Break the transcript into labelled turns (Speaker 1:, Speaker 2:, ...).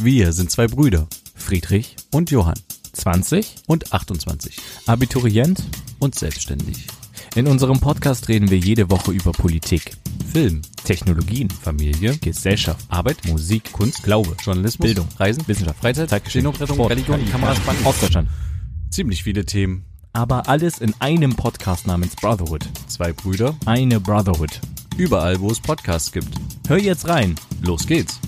Speaker 1: Wir sind zwei Brüder, Friedrich und Johann
Speaker 2: 20
Speaker 1: und 28
Speaker 2: Abiturient.
Speaker 1: und selbstständig.
Speaker 2: In unserem Podcast reden wir jede Woche über Politik,
Speaker 1: Film,
Speaker 2: Technologien,
Speaker 1: Familie,
Speaker 2: Gesellschaft,
Speaker 1: Arbeit, Musik, Kunst, Glaube, Journalismus,
Speaker 2: Bildung,
Speaker 1: Reisen,
Speaker 2: Wissenschaft, Freizeit, Zeitgeschichte,
Speaker 1: Seenotrettung,
Speaker 2: Sport,
Speaker 1: Religion,
Speaker 2: KI,
Speaker 1: Kameraspann-
Speaker 2: Ostdeutschland.
Speaker 1: ziemlich viele Themen.
Speaker 2: Aber alles in einem Podcast namens Brotherhood.
Speaker 1: Zwei Brüder,
Speaker 2: Eine Brotherhood.
Speaker 1: überall wo es Podcasts gibt.
Speaker 2: Hör jetzt rein.
Speaker 1: Los geht's.